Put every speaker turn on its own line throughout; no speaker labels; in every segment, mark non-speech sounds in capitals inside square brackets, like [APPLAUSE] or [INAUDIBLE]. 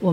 我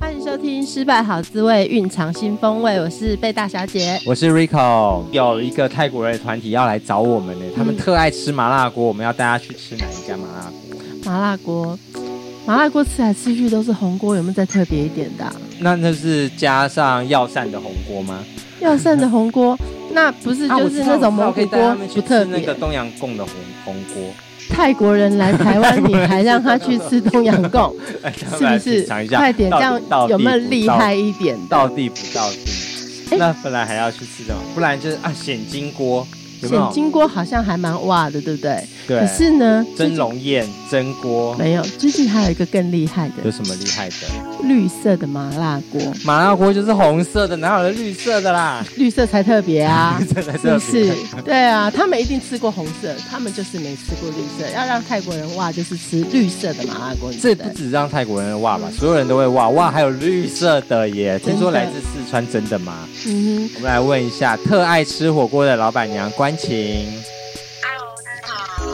欢迎收听《失败好滋味，蕴藏新风味》，我是贝大小姐。
我是 Rico，有一个泰国人的团体要来找我们
嗯
呢，他们特爱吃麻辣锅，我们要带他去吃哪一家麻辣锅？
麻辣锅，麻辣锅吃来吃去都是红锅，有没有再特别一点的啊、
那那是加上药膳的红锅吗？
药膳的红锅，那不是
啊
就
我知
是
道我
那种
知道
蒙
我可
古
以带
锅
他们去
不特
吃
别？
那个东阳贡的红红锅，
泰国人来
[LAUGHS]
台湾，你还让他去吃东阳贡，是不是？
哎尝一下，
快点，这
到底
样
到底
有没有
不
厉
到
害一点的？
到地不到地
哎。
那本来还要去吃什么？不然就是啊，显金锅，有没
显
有？
金锅好像还蛮哇的，对不对？可
对，
是呢，最
蒸
近
笼宴、蒸锅，
没有，最近还有一个更厉害
有
的
什么厉害的？
绿色的麻辣锅，
麻辣锅就是红色的，哪有绿色的啦？。
绿色才特别啊
[LAUGHS] 真的
是不是？对啊，他们一定吃过红色，他们就是没吃过绿色。要让泰国人哇，就是吃绿色的麻辣锅，
这
对不
不
对？
只让泰国人哇吧，所有人都会哇哇，还有绿色的耶！
真的
听说来自四川，真的吗？
嗯
我们来问一下特爱吃火锅的老板娘关晴。
Hello，大家好。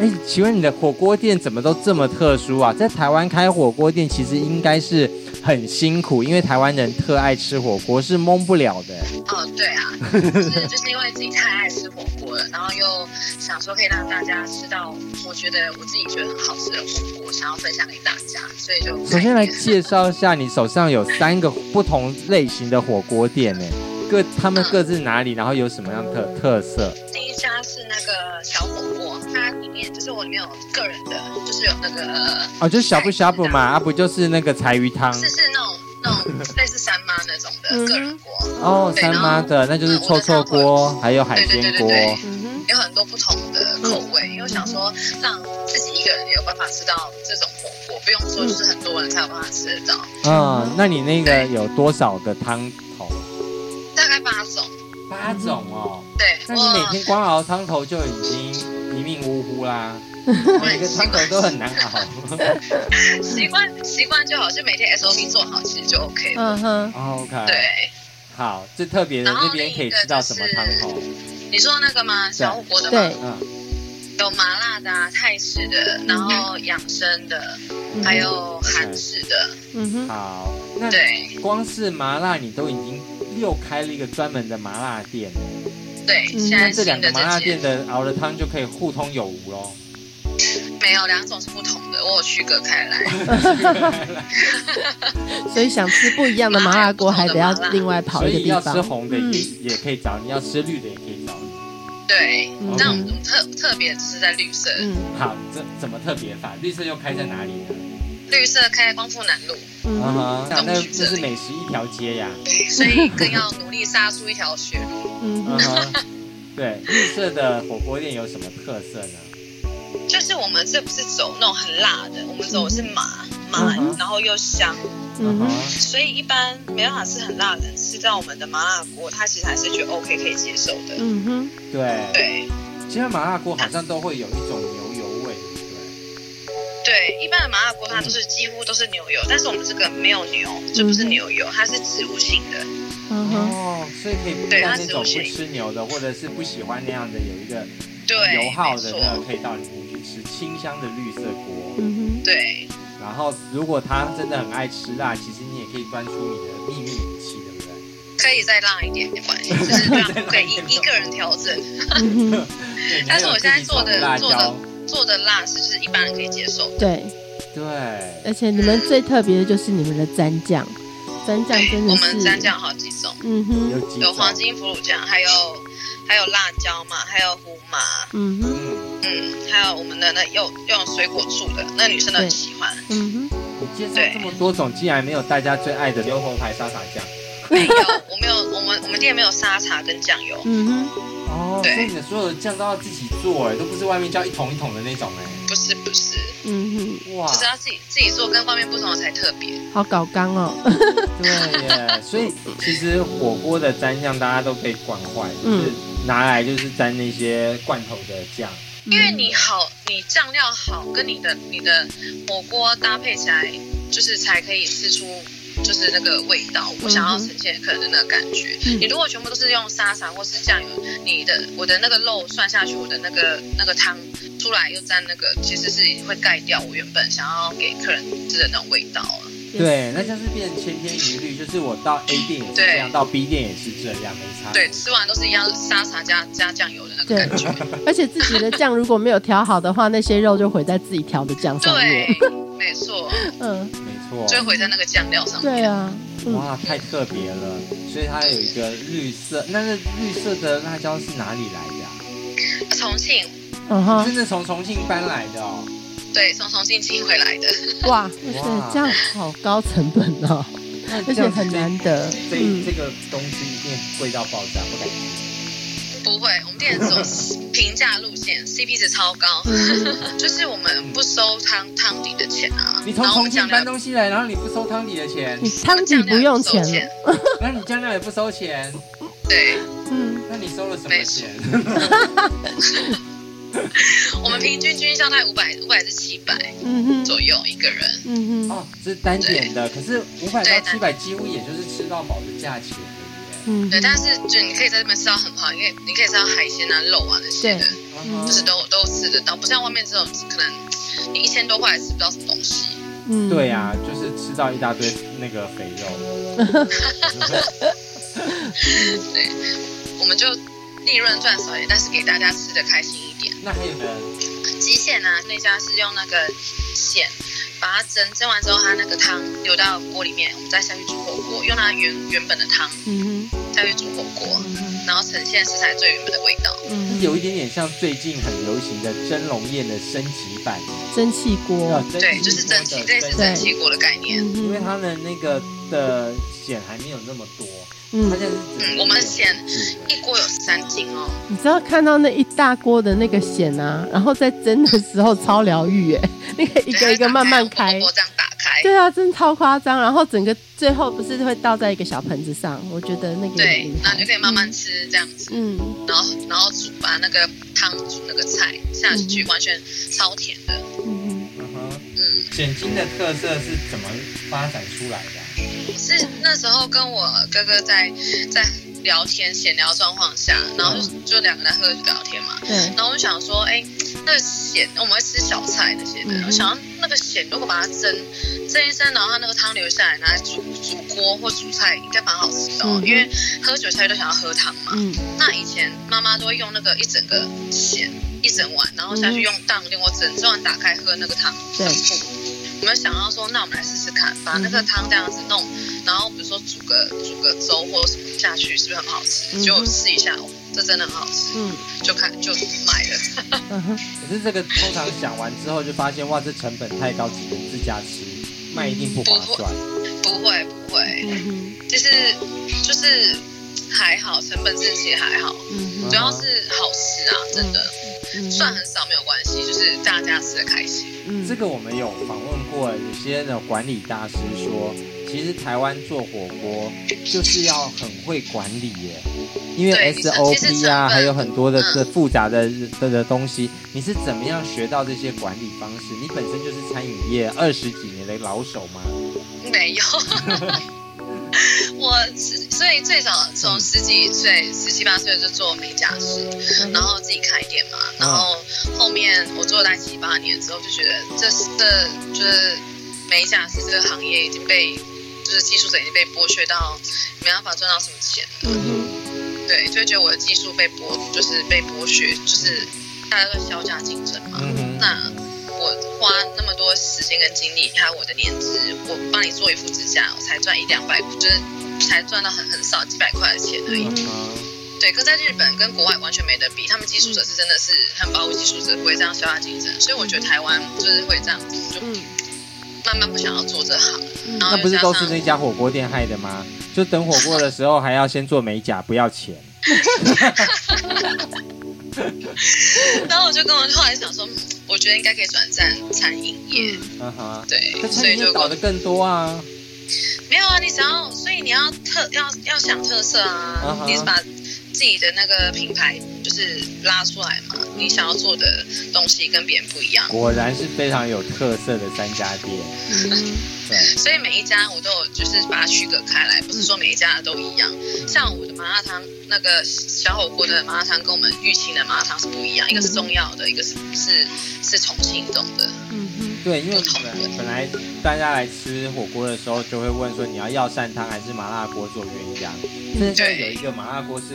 哎，请问你的火锅店怎么都这么特殊啊？在台湾开火锅店其实应该是很辛苦，因为台湾人特爱吃火锅是蒙不了的。
哦， [LAUGHS] 对啊，就是就是因为自己太爱吃火锅了，然后又想说可以让大家吃到我觉得我自己觉得很好吃的火锅，想要分享给大家，所以就
首先来介绍一下，你手上有三个不同类型的火锅店呢，各他们各自哪里，然后有什么样特特色？
第一家是那个小火锅，它里面就是我里面有个人的，就是有那个
哦，就是小布小布嘛，啊不就是那个柴鱼汤？
是是那种
[LAUGHS]
那种类似三妈那种
嗯
的个人锅，
哦，
对
三妈的那就是臭臭锅，还有海鲜锅。
对对对对
嗯哼，
有很多不同的口
嗯
味，因为我想说让自己一个人也有办法吃到这种火锅，不用说就是很多人才有办法吃得到，
嗯，那你那个有多少个汤头？
大概八种。
八种哦。
对，
那
我
你每天光熬汤头就已经一命呜呼啦，每个汤头都很难熬。
习惯习惯就好，就每天 SOP 做好，其实就 OK 了。
嗯哼，
[LAUGHS] OK，
对，
好，最特别的那边可以吃到什么汤头？
你说那个吗？小火锅的吗？
对，
嗯，
有麻辣的、啊、泰式的，然后养生的，
嗯
还有韩式的。
嗯哼，
好，那
对
光是麻辣你都已经又开了一个专门的麻辣店了，
对，
嗯
现
那
在
这两
新
个
的
麻辣
这
店
些
的熬的汤就可以互通有无喽。
没有两种是不同的，我有区隔开来。
所以想吃不一样的麻辣锅，还得要另外跑
所
一个
以
地
要吃
方。
红的也、也可以找你，要吃绿的也可以找你。
对
嗯，
那我们特特别是在绿色，
嗯
好，这怎么特别法？绿色又开在哪里呢？
绿色开光复南路，
嗯
啊
哼
哈、那这是美食一条街呀。
对，所以更要努力杀出一条血路。
嗯
啊
哼，
哈，对，绿色的火锅店有什么特色呢？
就是我们这不是走那种很辣的，我们走的是麻麻
嗯哼，
然后又香，
嗯
啊
哼，
哈
所以一般没办法吃很辣的人吃到我们的麻辣锅，他其实还是觉得 OK 可以接受的。
嗯哼，
对，
对
其实麻辣锅好像都会有一种牛油味，对不对？
对，一般的麻辣锅它都是几乎都是牛油，但是我们这个没有牛，这不是牛油，它是植物性的。
嗯哼，
哦，所以可以
对
让
它
那
是
种
有
不
血
吃牛的，或者是不喜欢那样的有一个
对，
油耗
没
的
错
那个，可以到里面去吃清香的绿色锅。
嗯
对
然后，如果他真的很爱吃辣，其实你也可以端出你的秘密武器，对不对？
可以再辣一点没关系，
[LAUGHS]
就是让可以一一个人调整。
哼，嗯哼，
对，你还
但是
有
我
自
现在
己
做
炒的
的
辣
做
椒
的，做的辣是就是一般人可以接受的。
对，
对，
而且你们最特别的就是你们的蘸酱，蘸酱真
我
的
们
是，
蘸，酱好几种。
嗯哼，
有几
有
种，
黄金腐乳酱，还有还有辣椒嘛，还有胡麻，
嗯哼，
嗯，
嗯，还有我们的那用用水果醋的，那女生都很喜欢。
嗯哼，
你介绍
对
这么多种，竟然没有大家最爱的牛红牌沙茶酱。
没有，我没有，我们我们店没有沙茶跟酱油，
嗯哼，
哦，所
对
以你的所有的酱都要自己做哎、都不是外面叫一桶一桶的那种哎、
不是不是，
嗯
哇
就是啊要自己自己做，跟外面不同的才特别。
哼，好搞刚哦，
对
[LAUGHS]
耶，所以其实火锅的蘸酱大家都被惯坏，就是拿来就是蘸那些罐头的酱，
因为你好，你酱料好，跟你的你的火锅搭配起来，就是才可以吃出就是那个味道。我想要呈现可能的那个感觉。
嗯
你如果全部都是用沙茶或是酱油，你的我的那个肉涮下去，我的那个那个汤出来又沾那个，其实是会盖掉我原本想要给客人吃的那种味道了。
对，那就是变千篇一律，就是我到 A 店也是这样，
对
到 B 店也是这样，没差。
对，吃完都是一样沙茶加加酱油的那个
[LAUGHS] 对
感觉。
而且自己的酱如果没有调好的话，那些肉就毁在自己调的酱上面。
对，没错，
嗯，
没错。
就毁在那个酱料上面。
对啊，嗯，
哇，太特别了！所以它有一个绿色，那个绿色的辣椒是哪里来的、啊？
重庆，
嗯哼，
真的从重庆搬来的哦。
对，从重庆请回来的。
哇，哇塞，这样好高成本哦，而且很难得。
这
嗯
这个东西一定贵到爆炸，不敢
不会，我们店走平价路线，CP 值超高，
嗯，
就是我们不收汤汤底的钱啊。
你从
然后我
重
们
庆
酱
搬
料
东西来，然后你不收汤底的钱，
[LAUGHS]
[LAUGHS]
你嗯汤底不用钱
我们酱料也收
了，
钱，
然后你酱料也不收钱，
对，
嗯，
那你收了什么
没
钱？
[LAUGHS]
我们平均均销大概五百五百至七百
嗯哼，
左右一个人。
嗯哼，
[LAUGHS] 哦，这是单点的，可是五百到
对
七百几乎也就是吃到饱的价钱而
嗯哼，
对，但是就你可以在这边吃到很好，你可以你可以吃到海鲜啊、肉啊那些的，
已耶。
嗯
嗯
就是都都吃得到，不像外面这种可能你一千多块吃不到什么东西。
嗯
对呀、，就是吃到一大堆那个肥肉，
[LAUGHS]
我们就利润赚少一点，但是给大家吃的开心一点。
[LAUGHS] 那还有呢？
极限啊，那家是用那个蚬把它蒸，蒸完之后它那个汤流到锅里面，我们再下去煮火锅，用它原原本的汤
嗯哼，
下去煮火锅，
嗯哼，
然后呈现食材最原本的味道。
嗯哼，
有一点点像最近很流行的蒸笼宴的升级版，
蒸汽锅
呃，蒸
对，就是蒸汽，类似蒸汽锅的概念。
嗯
因为
哼，
它的那个的蚬还没有那么多，它现，
嗯
在是只
嗯，我们的蚬
是
一锅有三斤哦，
你知道看到那一大锅的那个蚬啊，然后在蒸的时候超疗愈耶，那个一个一个慢慢开
对它打开，锅这样打开，
对啊，真超夸张。然后整个最后不是会倒在一个小盆子上，我觉得那个也
对
很厉，
然
害
后你就可以慢慢吃这样子，
嗯
然后然后煮把那个汤煮那个菜下去，
嗯
完全超甜的。
嗯
嗯哼，
嗯，
蚬精的特色是怎么发展出来的啊？
是那时候跟我哥哥在在聊天闲聊状况下，然后
嗯
就就两个人喝酒聊天嘛，
对，
然后我就想说，哎、那个咸我们会吃小菜那些的，
嗯
我想要那个咸如果把它蒸蒸一蒸，然后它那个汤留下来拿来煮煮锅或煮菜，应该蛮好吃的、哦，
嗯
因为喝酒菜都想要喝汤嘛。
嗯
那以前妈妈都会用那个一整个咸一整碗，然后下去用蛋另外蒸，蒸完打开喝那个汤。
对，
我们想到说，那我们来试试看，把那个汤这样子弄，然后比如说煮个煮个粥或什么下去，是不是很好吃？
嗯
就试一下，哦这真的很好吃，
嗯
就看就买了。
嗯哼，
可是这个通常想完之后就发现，哇，这成本太高，只能自家吃，卖一定不划算。
不会不会，
嗯哼，
其实就是还好，成本自己还好，
嗯哼
主要是好吃啊，真的，
嗯
算很少没有关系，就是大家吃的开心。
嗯
这个我们有访问过有些的管理大师说，其实台湾做火锅就是要很会管理耶，因为
对其实
SOP 啊，
成本
还有很多的
嗯
这复杂的的的东西，你是怎么样学到这些管理方式？你本身就是餐饮业二十几年的老手吗？
没有，我所以最早从十几岁、十七八岁就做美甲师，然后自己开店嘛，然后后面我做了大概七八年之后，就觉得这是这就是美甲师这个行业已经被就是技术者已经被剥削到没办法赚到什么钱了，
嗯
对，就会觉得我的技术被剥就是被剥削，就是大家都削价竞争嘛。
嗯哼，
那我花那么多时间跟精力，还有我的年资，我帮你做一副指甲，我才赚一两百，就是才赚到很很少几百块的钱而已。
嗯哼
对，跟在日本跟国外完全没得比，他们技术者是真的是很保护技术者，不会这样消化竞争，所以我觉得台湾就是会这样子，就
嗯
慢慢不想要做这行，
嗯
然
那
后
不
又
是
加
都是
上
那家火锅店害的吗？就等火锅的时候还要先做美甲，不要钱。
[LAUGHS] 然后我就跟我后来想说，嗯我觉得应该可以转战餐饮业，
嗯哼，可
对，所
餐
以
饮业
就
搞得更多啊，
没有啊，你只要，所以你要特要要想特色啊
嗯哼
你把自己的那个品牌就是拉出来嘛，你想要做的东西跟别人不一样，
果然是非常有特色的三家店。对，
所以每一家我都有就是把它区隔开来，不是说每一家都一样。像我的麻辣烫，那个小火锅的麻辣烫跟我们玉清的麻辣烫是不一样，一个是中药的，一个是是是重庆种的。
嗯哼，
对，因为本来本来大家来吃火锅的时候，就会问说你要药膳汤还是麻辣锅做鸳鸯。现在有一个麻辣锅是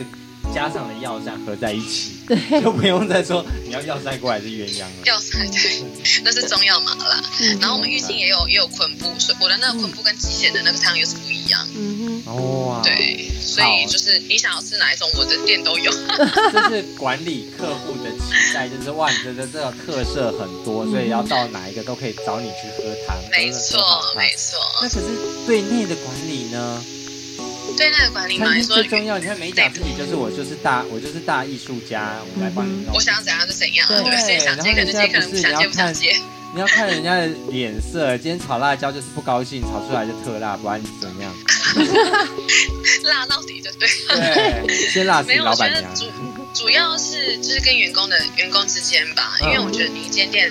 加上了药膳合在一起，
对，
[LAUGHS] 就不用再说你要药膳锅还是鸳鸯了。
药材对，那是中药麻辣。然后我们玉清也有也有昆布，所以我的那个昆布跟鸡血的那个汤又是不一样。
嗯
哦哇，
对，所以就是你想要吃哪一种，我的店都有。
这是管理客户的期待，就是哇，你的这个特色很多，所以要到哪一个都可以找你去喝汤。
嗯没
真的是很好
错，
看
没错。
那可是对内的管理呢？
对那个管理嘛，
餐
你
厅
说
最重要，你看美甲自己就是我就是大我就是大艺术家，我来帮你弄。
嗯我想怎样就怎样，
对
对不对？谁想接可能接，可能不想接不想接。
你要看人家的脸色，今天炒辣椒就是不高兴，炒出来就特辣，不然你怎么样？
辣到
[LAUGHS]
底， [LAUGHS] 对不对？
对，先辣死
没有，
老
我觉
板
得
娘。
主主要是就是跟员工的员工之间吧，
嗯
因为我觉得你一间店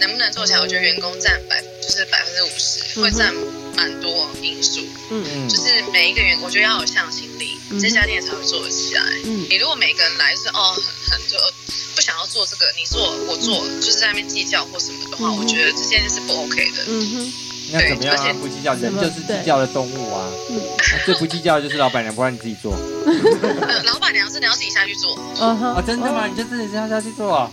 能不能做起来，我觉得员工占百就是百分之五十，
嗯哼
会占蛮多因素。
嗯
就是每一个员工，我觉得要有向心力，
嗯哼
这家店才会做得起来。
嗯
你如果每个人来就是哦很很就不想要做这个，你做我做，就是在那边计较或什么的话，
嗯哼
我觉得这件事是不 OK 的。
[LAUGHS]
嗯哼，
那怎么样啊？不计较，人就是计较的动物啊。那最不计较的就是老板娘，不让你自己做。
呃，老板娘是你要自己下去做，
嗯
哦，
哼，
真的吗？你就自己这样下去做？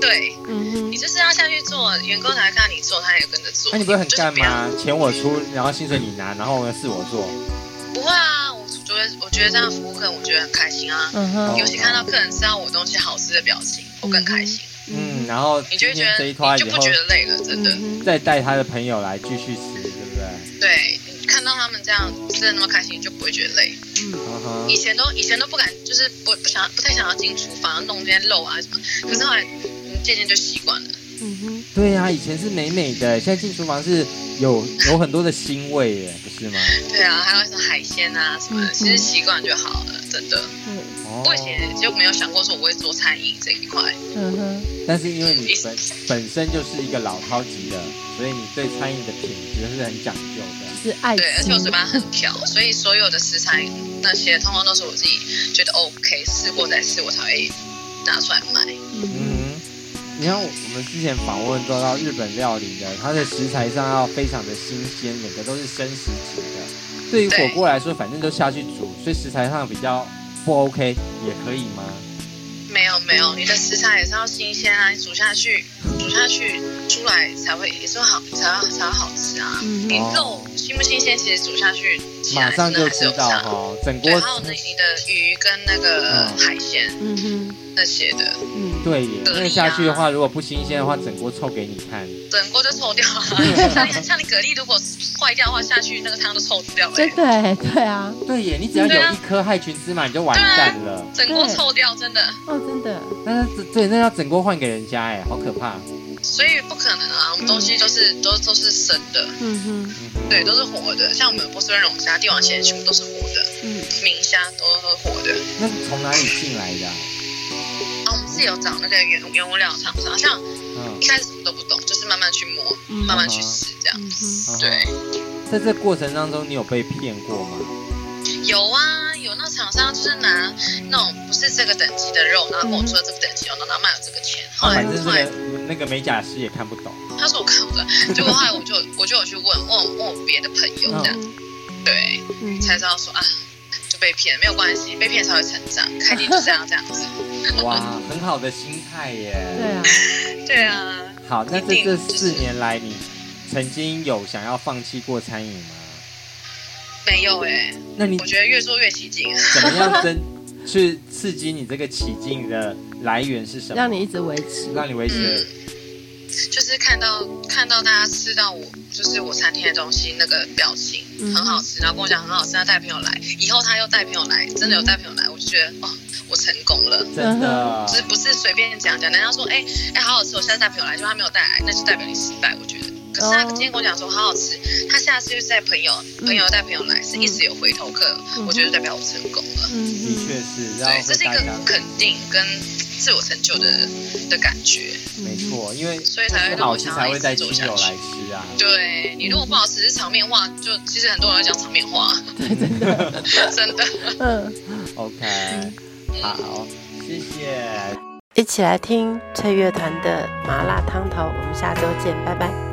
对
嗯哼，
你就是要下去做，员工才会看到你做，他也跟着做。
那你不会很干
就是不要
吗？钱我出，然后薪水你拿，然后是我做。
不会啊，我觉得我觉得这样服务客人，我觉得很开心啊。
嗯
哦
哼，
尤其看到客人吃到我东西好吃的表情，我更开心。
嗯，然后
你
今
就会觉
天
得
这一
你
拖以
就不
后
觉，得累了，真的。
再带他的朋友来继续吃，对不对？
对，你看到他们这样吃的那么开心，你就不会觉得累。
嗯哼
以。前都以前都不敢，就是不不想不太想要进厨房弄这些肉啊什么，可是后来嗯渐渐就习惯了。
嗯哼，
[LAUGHS] 对呀、以前是美美的，现在进厨房是有有很多的腥味耶，不是吗？
对啊，还有什么海鲜啊什么的，其实习惯就好了，真的。
哦
我以前就没有想过说我会做餐饮这一块，
嗯哼，
但是因为你本本身就是一个老饕级的，所以你对餐饮的品质是很讲究的。
是爱
对，而且我嘴
情，
巴很挑，所以所有的食材那些通通都是我自己觉得 OK 试过再试，我才会拿出来卖。
嗯
嗯，你看我我们之前访问做到日本料理的，它的食材上要非常的新鲜，每个都是生食级的。对于火
对
锅来说，反正都下去煮，所以食材上比较不 OK 也可以吗？
没有没有，你的食材也是要新鲜啊，你煮下去，煮下去出来才会也是好，才会才会好吃啊。
嗯
你肉新不新鲜，其实煮下去起
哦马
来
上
真
就
啊的还是
知
有
道
差。
哦，整锅
对，还有那你的鱼跟那个
嗯
海鲜
嗯哼，
那些的，
嗯，
对耶，
蛤
那
蜊
下去的
啊
话，如果不新鲜的话，整锅臭给你看。
整锅就臭掉了。
啊
像你像你蛤蜊如果坏掉的话，下去那个汤都臭掉了、欸
真的哎，对啊，
对耶，你只要
对啊
有一颗害群之马，你就完蛋了。
整锅臭掉，真的。
哦，真的，
那这对，那要整锅换给人家哎，好可怕。
所以不可能啊，我们东西都是、都都是生的，
嗯哼，
嗯哼
对，都是活的。像我们有波士顿龙虾、帝王蟹全部都是活的，
嗯
明虾都都是活的。
那是从哪里进来的啊？
啊，我们是有找那个原原物料厂商，像
嗯
一，开始什么都不懂，就是慢慢去摸，
嗯
慢慢去试这样。
嗯哼，
嗯
对，
在这过程当中，你有被骗过吗？
有啊，有那厂商就是拿那种不是这个等级的肉，然后跟我说这个等级哦，然后他卖我这个钱。后
啊
来
反正这
后来
个那个美甲师也看不
[LAUGHS]
懂。
他说我看不懂，结果后来我就我就有去问问问我别的朋友这样，对，
嗯
才知道说啊，就被骗，没有关系，被骗才会成长，开店就是要这样
[LAUGHS]
子。
哇，很好的心态耶。
对啊，
对啊，
好，那这
一定
这
就是
四年来，你曾经有想要放弃过餐饮吗？
没有哎、
那你
我觉得越做越起劲。啊
怎么样增 [LAUGHS] 去刺激你这个起劲的来源是什么？
让你一直维持，
让你维持
嗯，就是看到看到大家吃到我就是我餐厅的东西那个表情
嗯
很好吃，然后跟我讲很好吃，他带朋友来，以后他又带朋友来，真的有带朋友来，我就觉得哦，我成功了。
真的
就是不是随便讲讲，人家说哎哎、好好吃，我下次带朋友来，就他没有带来，那就代表你失败，我觉得。可是他
哦
今天跟我讲说好好吃，他下次就是带朋友，
嗯
朋友带朋友来，是一直有回头客，
嗯
我觉得代表我成功
的
了。
嗯
确是，然
对，
后
这是一
大
个
家
肯定跟自我成就的的感觉。
没错，因为
所以才会让
好
我
吃
想要
才会
一直
带亲
做
友
下去
来吃啊。
对你如果不好吃是场面话，就其实很多人会讲场面话， [LAUGHS]
对，真的，
真的。
嗯。
OK，好，谢谢。
一起来听翠乐团的麻辣汤头。我们下周见，拜拜。